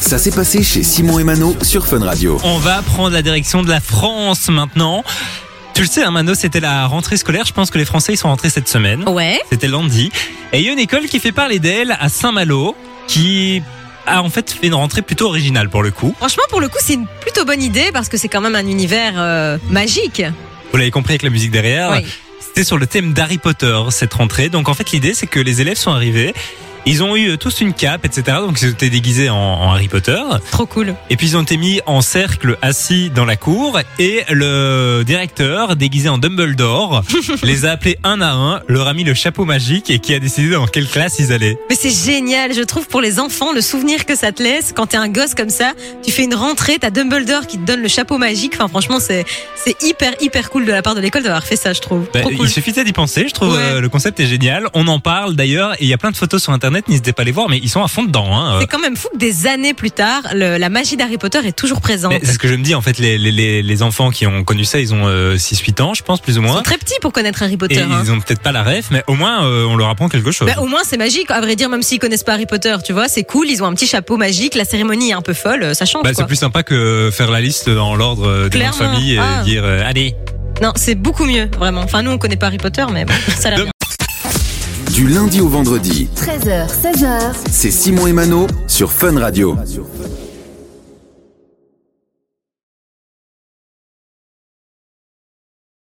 Ça s'est passé chez Simon et Mano sur Fun Radio. On va prendre la direction de la France maintenant. Tu le sais, hein, Mano, c'était la rentrée scolaire. Je pense que les Français ils sont rentrés cette semaine. Ouais. C'était lundi. Et il y a une école qui fait parler d'elle à Saint-Malo, qui a en fait fait une rentrée plutôt originale pour le coup. Franchement, pour le coup, c'est une plutôt bonne idée parce que c'est quand même un univers euh, magique. Vous l'avez compris avec la musique derrière. Oui. C'était sur le thème d'Harry Potter cette rentrée. Donc en fait, l'idée c'est que les élèves sont arrivés. Ils ont eu euh, tous une cape, etc. Donc ils étaient déguisés en- en Harry Potter. Trop cool. Et puis ils ont été mis en cercle assis dans la cour et le directeur déguisé en Dumbledore les a appelés un à un, leur a mis le chapeau magique et qui a décidé dans quelle classe ils allaient. Mais c'est génial, je trouve, pour les enfants, le souvenir que ça te laisse quand t'es un gosse comme ça. Tu fais une rentrée, t'as Dumbledore qui te donne le chapeau magique. Enfin, franchement, c'est c'est hyper, hyper cool de la part de l'école d'avoir fait ça, je trouve. Bah, Trop cool. Il suffisait d'y penser, je trouve Ouais. euh, le concept est génial. On en parle d'ailleurs et il y a plein de photos sur internet, n'hésitez pas à les voir mais ils sont à fond dedans. Hein. C'est quand même fou que des années plus tard, le- la magie d'Harry Potter est toujours présente. Mais euh, c'est ce que je me dis en fait, les, les- les- les enfants qui ont connu ça, ils ont euh, 6-8 ans je pense plus ou Ils sont moins. très petits pour connaître Harry Et Potter. hein. ils ont peut-être pas la ref mais au moins euh, on leur apprend quelque chose. Bah, au moins c'est magique, à vrai dire, même s'ils connaissent pas Harry Potter, tu vois, c'est cool, ils ont un petit chapeau magique, la cérémonie est un peu folle, euh, ça change Bah, quoi. c'est plus sympa que faire la liste dans l'ordre euh, des noms de Clairement. famille et Ah. dire euh, allez Non, c'est beaucoup mieux, vraiment. Enfin, nous, on connaît pas Harry Potter, mais bon, ça a l'air bien. Du lundi au vendredi, 13h, 16h, c'est Simon et Mano sur Fun Radio.